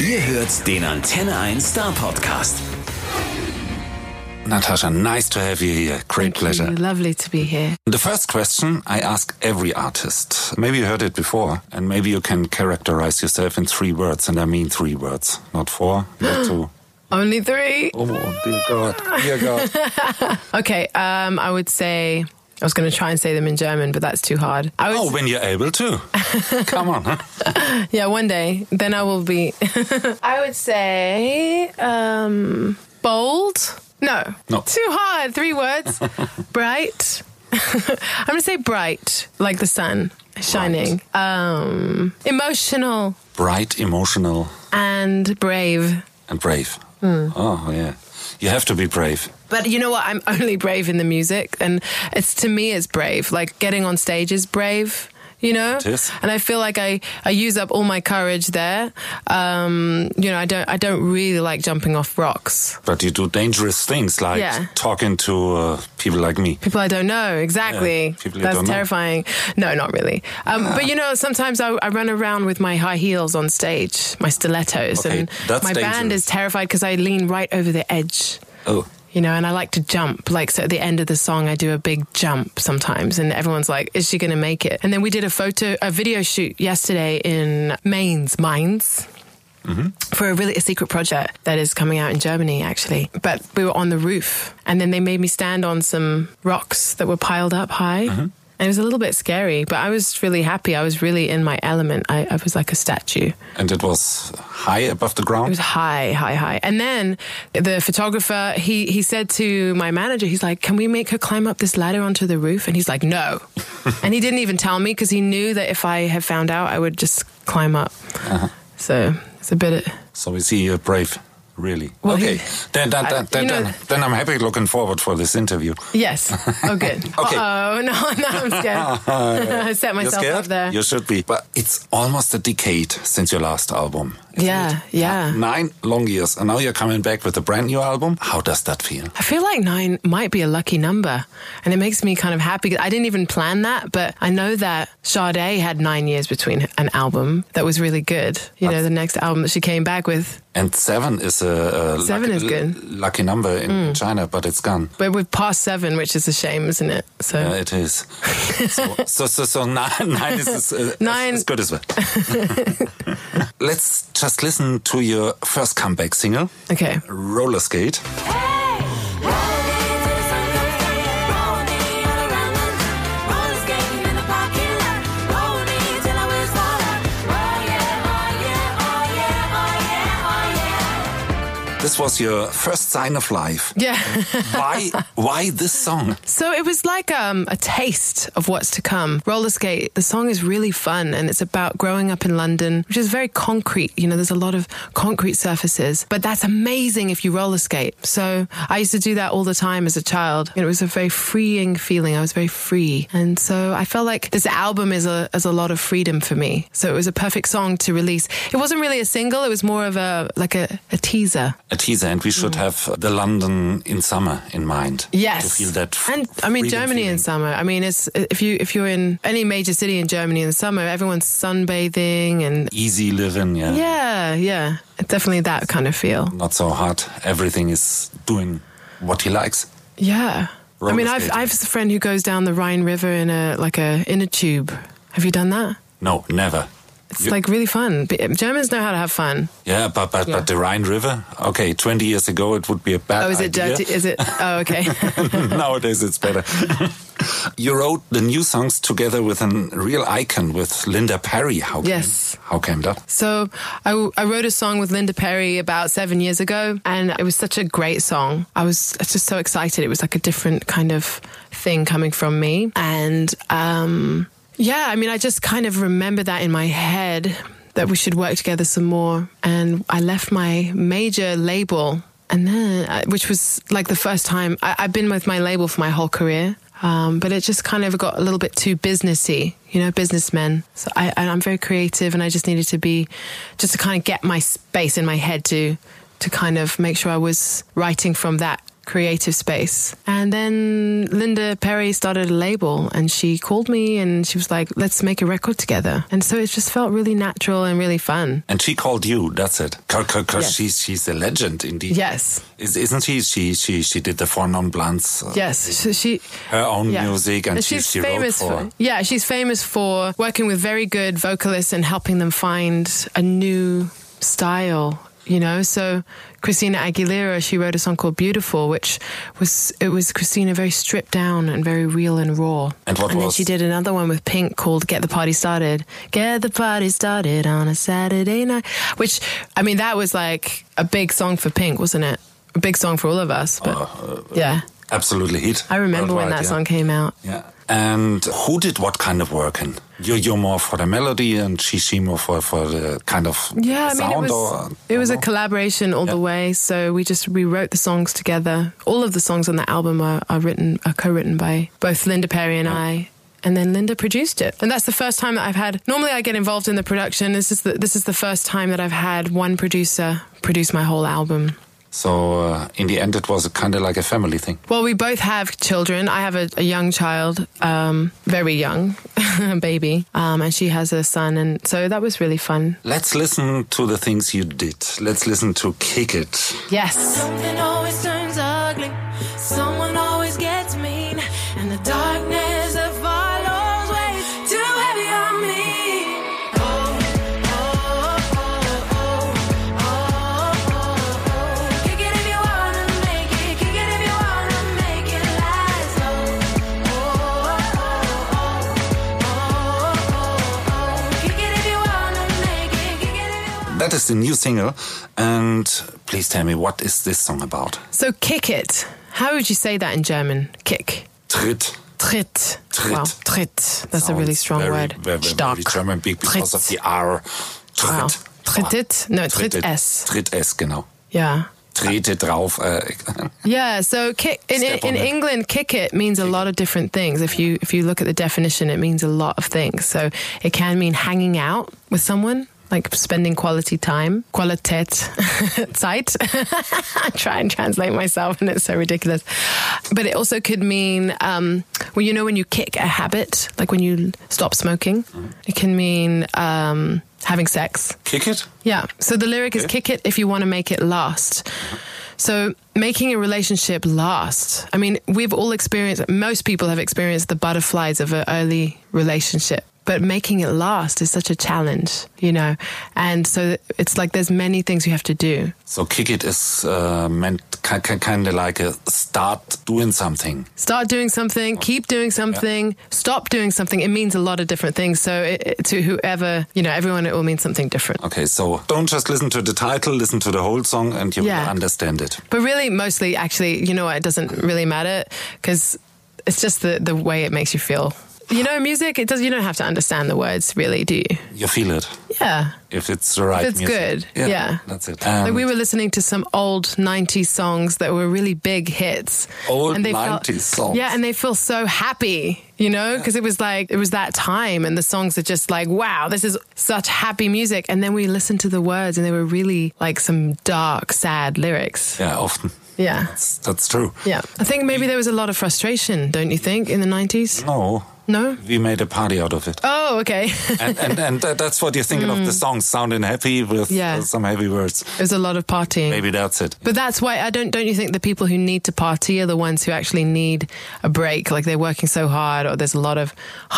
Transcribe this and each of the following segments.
Ihr hört den Antenne 1 Star Podcast. Natasha, nice to have you here. Great Thank pleasure. You. Lovely to be here. The first question I ask every artist. Maybe you heard it before, and maybe you can characterize yourself in three words, and I mean three words, not four, not two. Only three. Oh, dear God. Dear God. Okay, um, I would say I was going to try and say them in German, but that's too hard. I would, Oh, when you're able to. Come on. Huh? yeah, one day, then I will be. I would say um, bold. No, No. too hard. Three words. bright. I'm going to say bright, like the sun shining. Um, emotional Bright, emotional, and brave. and brave. Hmm. Oh, yeah. You have to be brave. But you know what? I'm only brave in the music, and it's to me it's brave. Like getting on stage is brave. You know, It is. and I feel like I, I use up all my courage there. Um, you know, I don't I don't really like jumping off rocks. But you do dangerous things like Yeah. talking to uh, people like me. People I don't know exactly. Yeah, people you That's don't know. terrifying. No, not really. Um, But you know, sometimes I, I run around with my high heels on stage, my stilettos, Okay, and that's my band dangerous. is terrified because I lean right over the edge. Oh, you know, and I like to jump. Like, so at the end of the song, I do a big jump sometimes, and everyone's like, is she going to make it? And then we did a photo, a video shoot yesterday in Mainz, Mainz. For a really a secret project that is coming out in Germany, actually. But we were on the roof, and then they made me stand on some rocks that were piled up high. And it was a little bit scary, but I was really happy. I was really in my element. I, I was like a statue. and it was high above the It ground. was high, high, high. And then the photographer, he he said to my manager, he's like, "Can we make her climb up this ladder onto the roof?" And he's like, "No." and he didn't even tell me because he knew that if I had found out, I would just climb up. Uh-huh. So it's a bit. So we see you're brave, really. Well, okay, he- then, then, I- then, then, you know- then, then I'm happy looking forward for this interview. Yes. Oh, good. Okay. Oh no, no, I'm scared. I You're set myself scared? up there. You should be. But it's almost a decade since your last album. isn't Yeah, it? yeah. Nine long years. And now you're coming back with a brand new album. How does that feel? I feel like nine might be a lucky number, and it makes me kind of happy. I didn't even plan that, but I know that Sade had nine years between an album that was really good. You know, the next album that she came back with, And seven is a, a Seven lucky, is good. Hmm. lucky number in China, but it's gone. but we've passed seven, which is a shame, isn't it? So Uh, it is. so, so, so, so nine, nine is as, uh, Nine. as, as good as well. Let's just listen to your first comeback single, okay, Roller Skate. This was your first sign of life. yeah. Why, why this song? So it was like um, a taste of what's to come. Roller skate. The song is really fun, and it's about growing up in London, which is very concrete. You know, there's a lot of concrete surfaces, but that's amazing if you roller skate. So I used to do that all the time as a child. It was a very freeing feeling. I was very free, and so I felt like this album is a is a lot of freedom for me. So it was a perfect song to release. It wasn't really a single. It was more of a like a, a teaser. A teaser, and we should have the London in summer in mind. Yes, To feel that. f- and I mean freedom Germany in feeling. summer. I mean, it's if you if you're in any major city in Germany in summer, everyone's sunbathing and Easy living, yeah. yeah, yeah, definitely that kind of feel. Not so hard. Everything is doing what he likes. Yeah, I mean, Roller I've skating. I've a friend who goes down the Rhine River in a like a in a tube. Have you done that? No, never. It's You- like really fun. B- Germans know how to have fun. Yeah, but but, Yeah. but the Rhine River. Okay, twenty years ago it would be a bad. Oh, is it idea. dirty? Is it? Oh, okay. Nowadays it's better. you wrote the new songs together with a real icon, with Linda Perry. How Yes. Came, how came that? So I, I wrote a song with Linda Perry about seven years ago, and it was such a great song. I was just so excited. It was like a different kind of thing coming from me. And um, yeah, I mean, I just kind of remember that in my head that we should work together some more. And I left my major label. And then, uh, which was like the first time I, I've been with my label for my whole career, um, but it just kind of got a little bit too businessy, you know, businessmen. So I, and I'm very creative, and I just needed to be, just to kind of get my space in my head to, to kind of make sure I was writing from that creative space. And then Linda Perry started a label and she called me and she was like, let's make a record together. And so it just felt really natural and really fun. And she called you. That's it. Because Yes. she's she's a legend indeed. Yes. Is, isn't she? She she she did the Four Non Blondes. uh, Yes. So she, Her own yeah. music, and, she, she wrote famous for. yeah, she's famous for working with very good vocalists and helping them find a new style. You know, so Christina Aguilera, she wrote a song called "Beautiful," which was it was Christina very stripped down and very real and raw. And what was- and then she did another one with Pink called "Get the Party Started." Get the party started on a Saturday night, which I mean, that was like a big song for Pink, wasn't it? A big song for all of us, Uh, but yeah, Absolutely hit. I remember when worldwide, that yeah. song came out. Yeah. And who did what kind of work in? You're, you're more for the melody and Shishimo more for, for the kind of Yeah, I mean, sound it was or, it was or a no? collaboration all the Yeah. way. So we just rewrote the songs together. All of the songs on the album are, are written are co-written by both Linda Perry and I. And then Linda produced it, and that's the first time that I've had. Normally, I get involved in the production. This is the, this is the first time that I've had one producer produce my whole album. So uh, in the end, it was kind of like a family thing. Well, we both have children. I have a, a young child, um, very young baby, um, and she has a son, and so that was really fun. Let's listen to the things you did. Let's listen to Kick It. Yes. Something always turns ugly. Someone always gets mean. And the darkness that follows way too heavy on me. Oh, oh, oh, oh, oh, oh, oh. Kick it if you wanna make it. Kick it if you wanna make it last. Oh, oh, oh, oh, oh, oh, oh. Kick it if you wanna make it. Kick it if you wanna That is the new single. And please tell me, what is this song about? So kick it. How would you say that in German? Kick. Tritt. Tritt. Tritt. Wow, tritt. That's a Sounds really strong very, word. Very, very Stark. German big because tritt. of the R. Wow. Tritt. Trittet? No, tritt Trittet. S. Tritt S, genau. Yeah. Trete drauf. Äh, Yeah, so kick in, in, Step on in it. England, kick it means a lot of different things. If you if you look at the definition, it means a lot of things. So it can mean hanging out with someone, like spending quality time, Qualität Zeit. I try and translate myself, and it's so ridiculous. But it also could mean um, well, you know, when you kick a habit, like when you stop smoking, it can mean um, having sex. kick It? Yeah. So the lyric is kick it if you want to make it last. So making a relationship last. I mean, we've all experienced, most people have experienced the butterflies of an early relationship. But making it last is such a challenge, you know? And so it's like there's many things you have to do. So kick it is uh, meant kind of like a start doing something. Start doing something, keep doing something, stop doing something. It means a lot of different things. So it, it- to whoever, you know, everyone, it will mean something different. Okay, so don't just listen to the title, listen to the whole song and you Yeah. will understand it. But really, mostly, actually, you know what? It doesn't really matter because it's just the, the way it makes you feel. You know, music, it does. You don't have to understand the words, really, do you? You feel it Yeah. if it's the right If it's music. good, yeah. That's it. Like And we were listening to some old 90s songs that were really big hits. Old and they felt- 90s songs. Yeah, and they feel so happy, you know, because it was like, it was that time, and the songs are just like, wow, this is such happy music. And then we listened to the words, and they were really like some dark, sad lyrics. yeah, often. Yeah. That's, that's true. Yeah. I think maybe there was a lot of frustration, don't you think, in the 90s? No, No? we made a party out of it. Oh, okay. it and, and, and that- that's what you're thinking of the song, sounding happy with Mm. Yeah. uh, some heavy words. was a lot of partying. Maybe that's it. But that's why I don't don't you think the people who need to party are the ones who actually need a break like they're working so hard or there's a lot of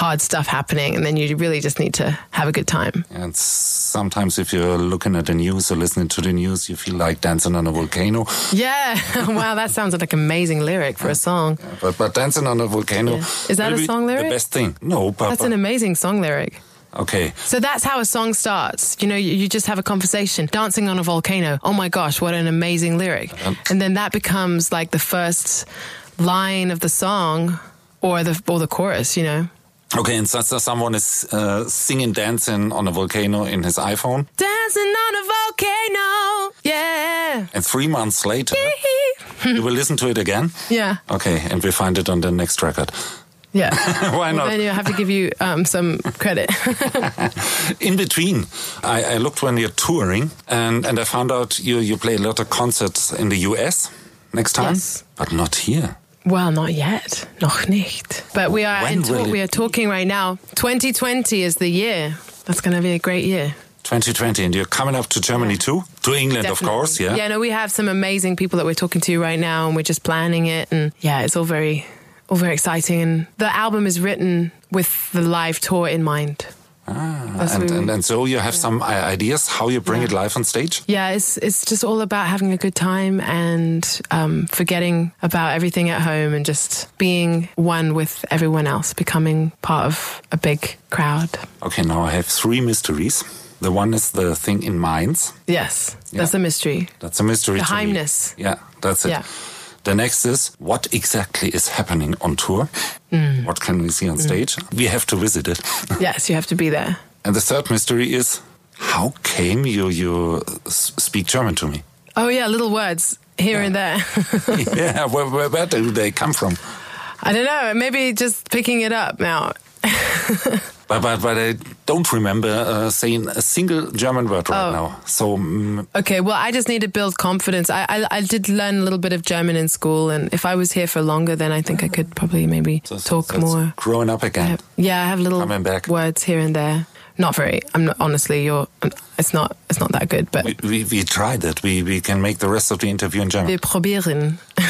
hard stuff happening and then you really just need to have a good time. And sometimes if you're looking at the news or listening to the news, you feel like dancing on a volcano. Yeah. wow, that sounds like an amazing lyric for a song. But, but dancing on a volcano Yeah. Is that will be a song lyric? The best thing. No, but, That's an amazing song lyric. okay. So that's how a song starts. You know, you, you just have a conversation. Dancing on a volcano. Oh my gosh, what an amazing lyric. Um, And then that becomes like the first line of the song or the or the chorus, you know. Okay, and so, so someone is uh, singing, dancing on a volcano in his iPhone, Dancing on a volcano. Yeah. and three months later, you will listen to it again. Yeah. Okay, and we find it on the next record. Yeah. Why Well, not? Then you have to give you um, some credit. In between, I, I looked when you're touring, and, and I found out you you play a lot of concerts in the U.S. next time? Yes. But not here. Well, not yet. Noch nicht. But we are When in will talk, it we are talking right now. 2020 is the year. That's going to be a great year. 2020, and you're coming up to Germany Yeah. too? To England, of Definitely. course, yeah? Yeah, no, we have some amazing people that we're talking to right now and we're just planning it and yeah, it's all very all very exciting and the album is written with the live tour in mind. Ah, That's and, really- and, and so you have some i- ideas how you bring Yeah. it live on stage? Yeah, it's it's just all about having a good time and um, forgetting about everything at home and just being one with everyone else, becoming part of a big crowd. Okay, now I have three mysteries. The one is the thing in Mainz. Yes, that's Yeah. a mystery. That's a mystery. to me. Geheimnis. Yeah, that's it. Yeah. The next is what exactly is happening on tour? Hmm. What can we see on stage? We have to visit it. Yes, you have to be there. and the third mystery is how came you you s- speak German to me? Oh yeah, little words here and there. yeah, where, where, where do they come from? I don't know. Maybe just picking it up now. But, but, but I don't remember uh, saying a single German word right Oh. now. So mm, Okay, well, I just need to build confidence. I, I I did learn a little bit of German in school, and if I was here for longer, then I think I could probably maybe so- so- talk so it's more. Growing up again. Yeah, I have little Coming back. words here and there. Not very. I'm not honestly. You're. It's not. It's not that good. But We, we, we tried that. We, we can make the rest of the interview in German. wir probieren.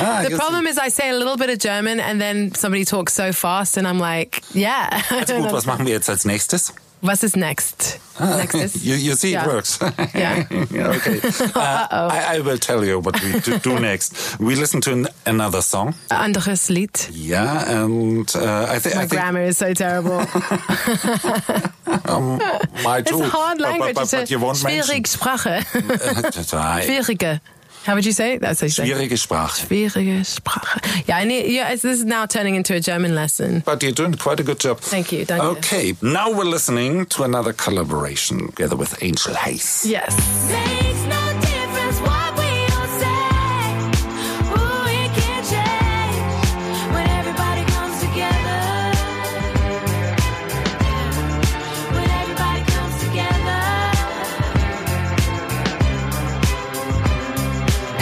Ah, The yes. problem is, I say a little bit of German, and then somebody talks so fast, and I'm like, yeah. I Also gut, don't know. was machen wir jetzt als nächstes? Was is next? Next is- Ah. You, you see, Yeah. it works. Yeah. Yeah, okay. Uh, I, I will tell you what we do, do next. We listen to an, another song. Anderes Lied. Yeah, and uh, I, thi- My I think grammar is so terrible. my It's too. a hard But- But, language. but, It's a but you won't mention. schwierig Sprache. Schwierige. Schwierige. How would you say? it? That's how you say. it. Schwierige Sprache. Schwierige Sprache. Yeah, I need, yeah, it's- this is now turning into a German lesson. But you're doing quite a good job. Thank you, danke. Okay, now we're listening to another collaboration together with Angel Hayes. Yes. Makes no difference what we all say. Ooh, it can't change when everybody comes together. When everybody comes together.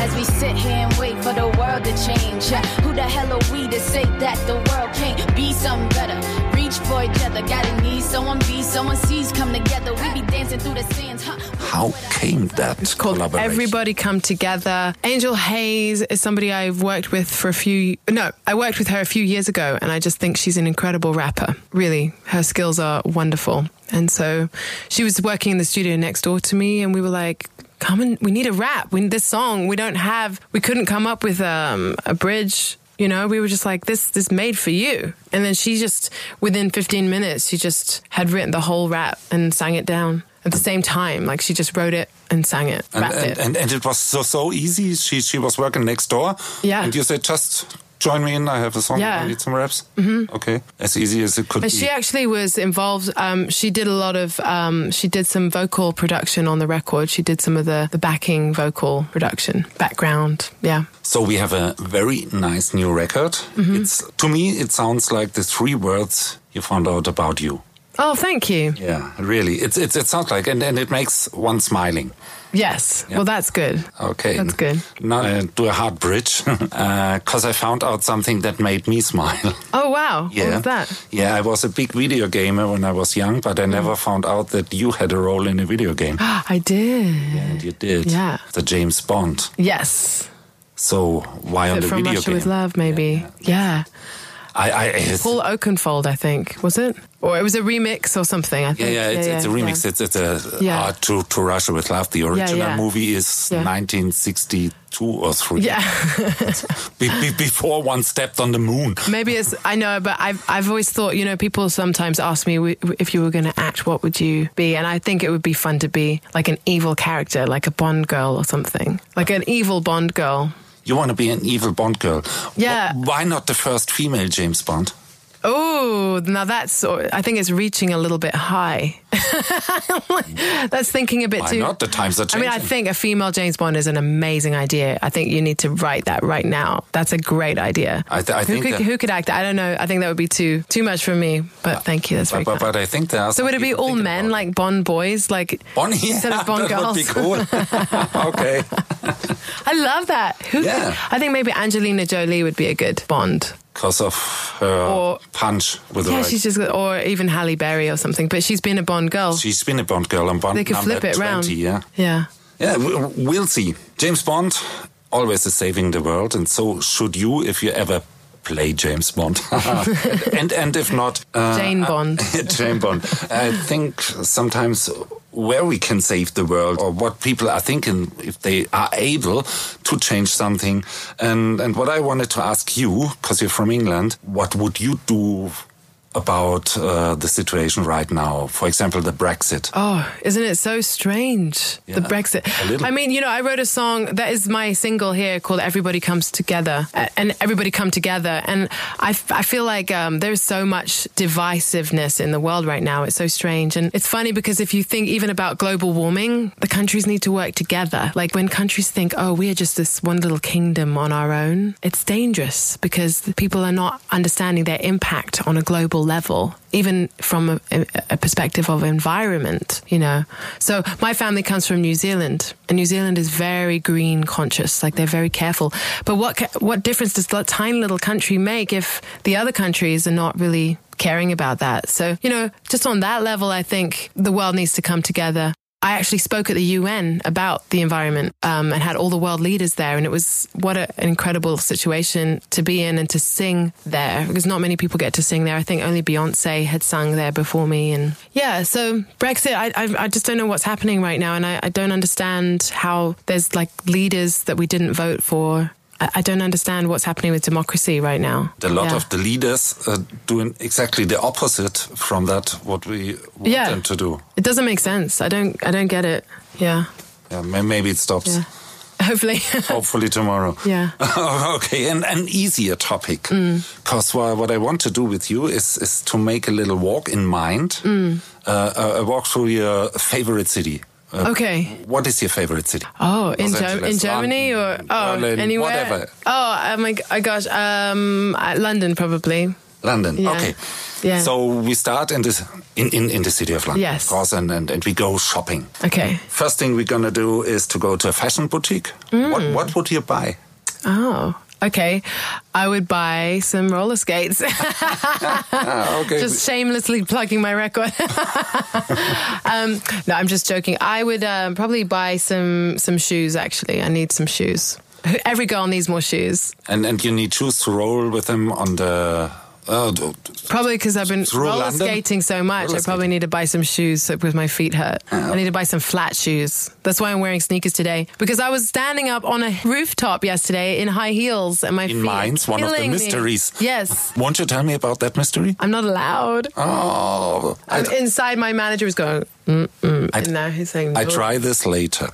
As we sit here and wait for the world to change. Yeah, Who the hell are we to say that the world can't be something better? Reach for each other, gotta need someone be, someone sees come together. We be dancing through the sands, huh? How came that It's called collaboration? Everybody Come Together. Angel Hayes is somebody I've worked with for a few no, I worked with her a few years ago and I just think she's an incredible rapper. Really, her skills are wonderful. And so she was working in the studio next door to me and we were like come and we need a rap. We this song we don't have we couldn't come up with um, a bridge you know we were just like this this made for you and then she just within 15 minutes she just had written the whole rap and sang it down at the same time like she just wrote it and sang it and, rapped and, it and and it was so so easy. She she was working next door. Yeah. And you said just join me in. I have a song. Yeah. I need some raps. Mm-hmm. Okay. As easy as it could And be. she actually was involved. Um, she did a lot of. Um, she did some vocal production on the record. She did some of the the backing vocal production, background. Yeah, so we have a very nice new record. Mm-hmm. It's to me it sounds like the three words you found out about you. Oh, thank you. Yeah, really. It's it's it sounds like and, and it makes one smiling. Yes. Yeah. Well, that's good. Okay. That's good. Now I do a hard bridge because I found out something that made me smile. Oh, wow. What was that? Yeah, I was a big video gamer when I was young, but I Mm-hmm. never found out that you had a role in a video game. I did. and you did. Yeah. The James Bond. Yes. So why on Is it the from video Russia game? with Love, maybe. Yeah. I, I it's, Paul Oakenfold, I think, was it? Or it was a remix or something, I yeah, think. yeah, it's, it's a remix. yeah. It's, it's a Yeah. uh, to, to Russia with Love. The original yeah. movie is Yeah. 1962 or three. Yeah. Be, be, before one stepped on the moon. maybe it's, I know, but I've, I've always thought, you know, people sometimes ask me "W- w- if you were going to act, what would you be? And I think it would be fun to be like an evil character, like a Bond girl or something, like an evil Bond girl. You want to be an evil Bond girl. Yeah. Wh- Why not the first female James Bond? Oh, now that's, I think it's reaching a little bit high. that's thinking a bit Why too. not? The times are I changing. mean, I think a female James Bond is an amazing idea. I think you need to write that right now. That's a great idea. I th- I who, think could, that- who could act? that? I don't know. I think that would be too too much for me. But thank you. That's very but, but, kind. but I think there are So some would it be people all thinking men, about it. like Bond boys, like Bonnie instead of Bond that girls? would be cool. okay. I love that. Who? Yeah. I think maybe Angelina Jolie would be a good Bond. Because of her Or- punch with the yeah, right. she's just, or even Halle Berry or something. But she's been a Bond girl. She's been a Bond girl and Bond they could number flip it 20, round. yeah. Yeah. Yeah, w- we'll see. James Bond always is saving the world, and so should you if you ever play James Bond. and and if not, uh, Jane Bond. Jane Bond. I think sometimes where we can save the world or what people are thinking if they are able to change something. And and what I wanted to ask you, because you're from England, what would you do? About uh, the situation right now, for example, the Brexit. Oh, isn't it so strange? The Yeah, Brexit. a little. I mean, you know, I wrote a song that is my single here called Everybody Comes Together a- and Everybody Come Together. And I, f- I feel like um, there's so much divisiveness in the world right now. It's so strange. And it's funny because if you think even about global warming, the countries need to work together. Like when countries think, oh, we are just this one little kingdom on our own, it's dangerous because the people are not understanding their impact on a global level even from a, a- a perspective of environment, you know. So my family comes from New Zealand, and New Zealand is very green conscious, like they're very careful. But what ca- what difference does that tiny little country make if the other countries are not really caring about that? So you know, just on that level, I think the world needs to come together. I actually spoke at the UN about the environment um, and had all the world leaders there. And it was what a, an incredible situation to be in and to sing there because not many people get to sing there. I think only Beyonce had sung there before me. And yeah, so Brexit, I, I, I just don't know what's happening right now. And I, I don't understand how there's like leaders that we didn't vote for. I, I don't understand what's happening with democracy right now. a lot Yeah. of the leaders are doing exactly the opposite from that what we want Yeah. them to do. It doesn't make sense. I don't, I don't get it. Yeah. Yeah, may- maybe it stops. Yeah. Hopefully. Hopefully tomorrow. Yeah. Mm. okay, and an easier topic. Because what I want to do with you is is to make a little walk in mind, Mm. uh, a, a walk through your favorite city. Uh, okay. What is your favorite city? Oh, in, Los Ger- in Angeles, Germany London, or oh, Berlin, anywhere? whatever. Oh, my oh, gosh, um, uh, London probably. London. Yeah. Okay. Yeah. So we start in this in, in, in the city of London. Yes. Of course, and, and, and we go shopping. Okay. First thing we're gonna do is to go to a fashion boutique. What, what would you buy? Oh, okay. I would buy some roller skates. Ah, okay. just shamelessly plugging my record. um, no, I'm just joking. I would um, probably buy some some shoes. Actually, I need some shoes. Every girl needs more shoes. and and you need shoes to roll with them on the. Uh, d- d- Probably because I've been Through roller London? skating so much, Roller I probably skating. need to buy some shoes so- because my feet hurt. I need to buy some flat shoes. That's why I'm wearing sneakers today because I was standing up on a rooftop yesterday in high heels and my in feet. Mainz, one of the killing me. mysteries. Yes. Won't you tell me about that mystery? I'm not allowed. Oh, I, I'm inside, my manager was going, mm-mm. and now he's saying, I "No." try this later.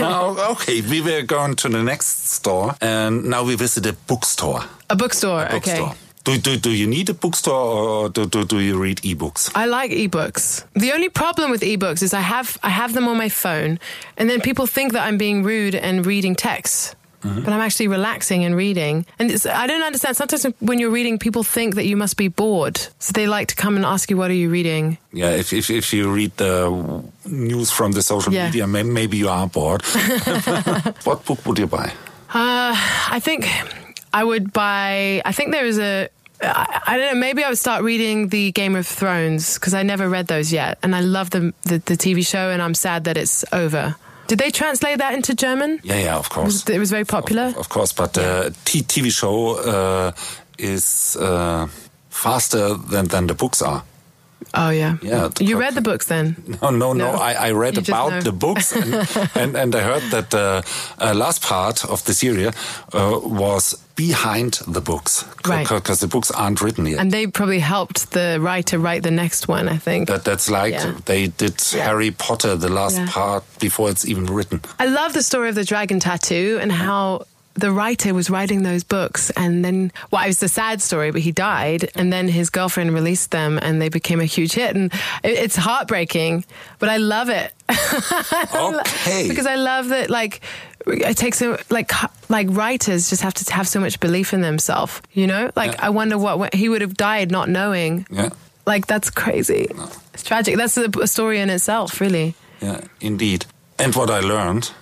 oh, okay, we were going to the next store, and now we visit a bookstore. A bookstore. okay. Bookstore. Do, do, do you need a bookstore or do, do, do you read ebooks? I like ebooks. The only problem with ebooks is I have I have them on my phone, and then people think that I'm being rude and reading texts. But I'm actually relaxing and reading. And it's, I don't understand. Sometimes when you're reading, people think that you must be bored. So they like to come and ask you, What are you reading? Yeah, if, if, if you read the news from the social Yeah. media, may, maybe you are bored. what book would you buy? I think I would buy, I think there is a, I, I don't know, maybe I would start reading the Game of Thrones because I never read those yet. And I love the, the, the TV show, and I'm sad that it's over. Did they translate that into German? Yeah, yeah, of course. It was very popular. Of course, but the t- TV show uh, is uh, faster than, than the books are. Oh yeah. Yeah, the You cop- read the books then? No, no, no. No. I, I read You just know. about the books, and, and, and I heard that the uh, last part of the series uh, was behind the books, Right. Because the books aren't written yet. And they probably helped the writer write the next one, I think. that, that's like Yeah. they did Harry Potter, the last Yeah. part, before it's even written. I love the story of the dragon tattoo and how the writer was writing those books and then well it was a sad story but he died and then his girlfriend released them and they became a huge hit and it, it's heartbreaking but i love it Okay. because i love that like it takes so like like writers just have to have so much belief in themselves you know like Yeah. i wonder what, what he would have died not knowing yeah. Like that's crazy. It's tragic. That's a, a story in itself, really. Mm. Yeah, indeed. And what I learned,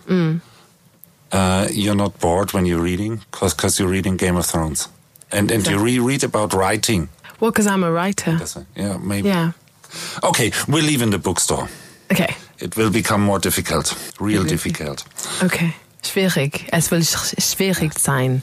uh, you're not bored when you're reading because you're reading Game of Thrones. And, and you reread about writing. Well, because I'm a writer. That's it. Yeah, maybe. Yeah. Okay, we're leaving the bookstore. Okay. It will become more difficult, real difficult. Okay. Schwierig. Es will sch schwierig sein.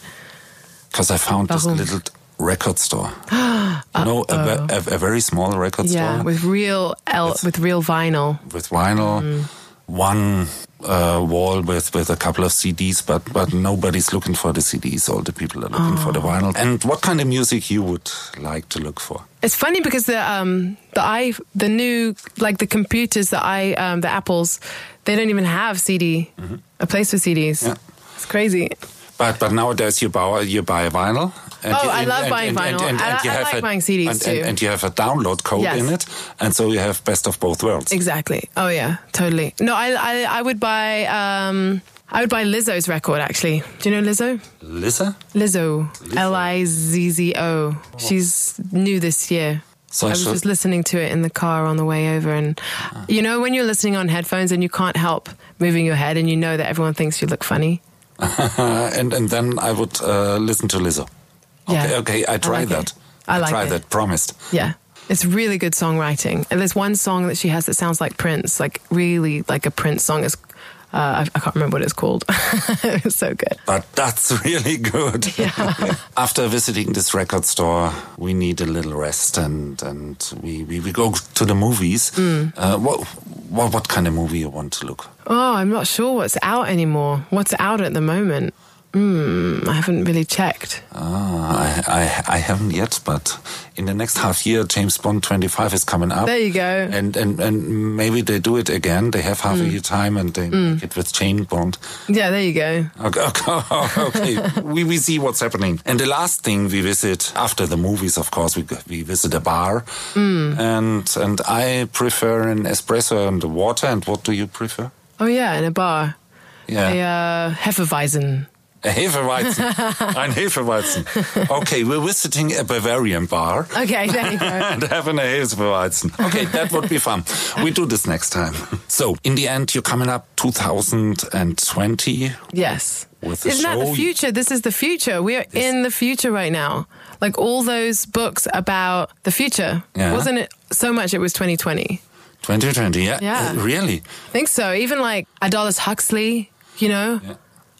Because I found Warum? this little record store. no, a, ve- a, a very small record Yeah, store with real L, with real vinyl. with vinyl, Mm. one uh, wall with, with a couple of CDs, but, but nobody's looking for the CDs. All the people are looking for Oh. the vinyl. And what kind of music you would like to look for? It's funny because the um the i the new like the computers the i um the Apples they don't even have CD a place for CDs. Yeah. It's crazy. But but nowadays you buy you buy vinyl. And Oh, you, I love buying vinyl. I- I like buying CDs and, too. And, and you have a download code Yes. in it, and so you have best of both worlds. Exactly. Oh yeah, totally. No, I I, I would buy um I would buy Lizzo's record actually. Do you know Lizzo? Lisa, Lizzo. L I Z Z O. She's new this year. So Ah. I I was should- just listening to it in the car on the way over, and you know when you're listening on headphones and you can't help moving your head, and you know that everyone thinks you look funny. uh, and and then I would uh, listen to Lisa. Yeah. Okay, okay, I try like that. it. I like try it. that. Promised. Yeah. It's really good songwriting. And there's one song that she has that sounds like Prince, like really like a Prince song. It's, uh, I, I can't remember what it's called. it's so good. But that's really good. After visiting this record store, we need a little rest and, and we, we, we go to the movies. Mm. Uh, what, what, what kind of movie you want to look? Oh, I'm not sure what's out anymore. What's out at the moment? Mm, I haven't really checked. Ah, I, I, I haven't yet, but in the next half year, James Bond 25 is coming up. There you go. And, and, and maybe they do it again. They have half Mm. a year time and they make it with Jane Bond. Yeah, there you go. Okay, okay, okay. we, we see what's happening. And the last thing we visit after the movies, of course, we, go- we visit a bar. And, and I prefer an espresso and water. And what do you prefer? Oh, yeah, in a bar. Yeah. A uh, Hefeweizen. A Hefeweizen. Ein Hefeweizen. Okay, we're visiting a Bavarian bar. Okay, there you go. and having a Hilfsbeweizen. Okay, that would be fun. We do this next time. So, in the end, you're coming up 2020. yes. With the Isn't that the show- future? This is the future. We are in the future right now. Like all those books about the future. Yeah. Wasn't it so much? It was 2020. 2020, yeah? Yeah. Uh, really? I think so. Even like Adolis Huxley, you know?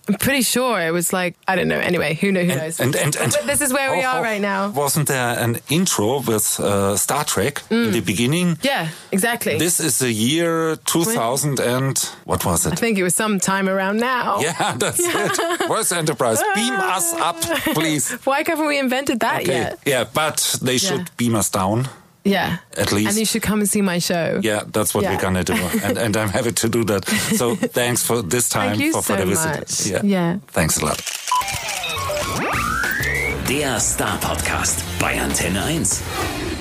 I'm pretty sure it was like, I don't know. Anyway, who, know, who knows? And, and, and But this is where we How- are how- right now. Wasn't there an intro with uh, Star Trek Mm. in the beginning? Yeah, exactly. This is the year 2000 and what was I it? think it was some time around now. Yeah, that's it. Where's Enterprise? Beam us up, please. Why haven't we invented that Okay. yet? Yeah, but they should beam us down. Yeah. At least. And you should come and see my show. Yeah, that's what Yeah. we're gonna do, and, and I'm happy to do that. So thanks for this time you for, for the so visit. much. Yeah. thanks a lot. Der Star Podcast bei Antenne 1.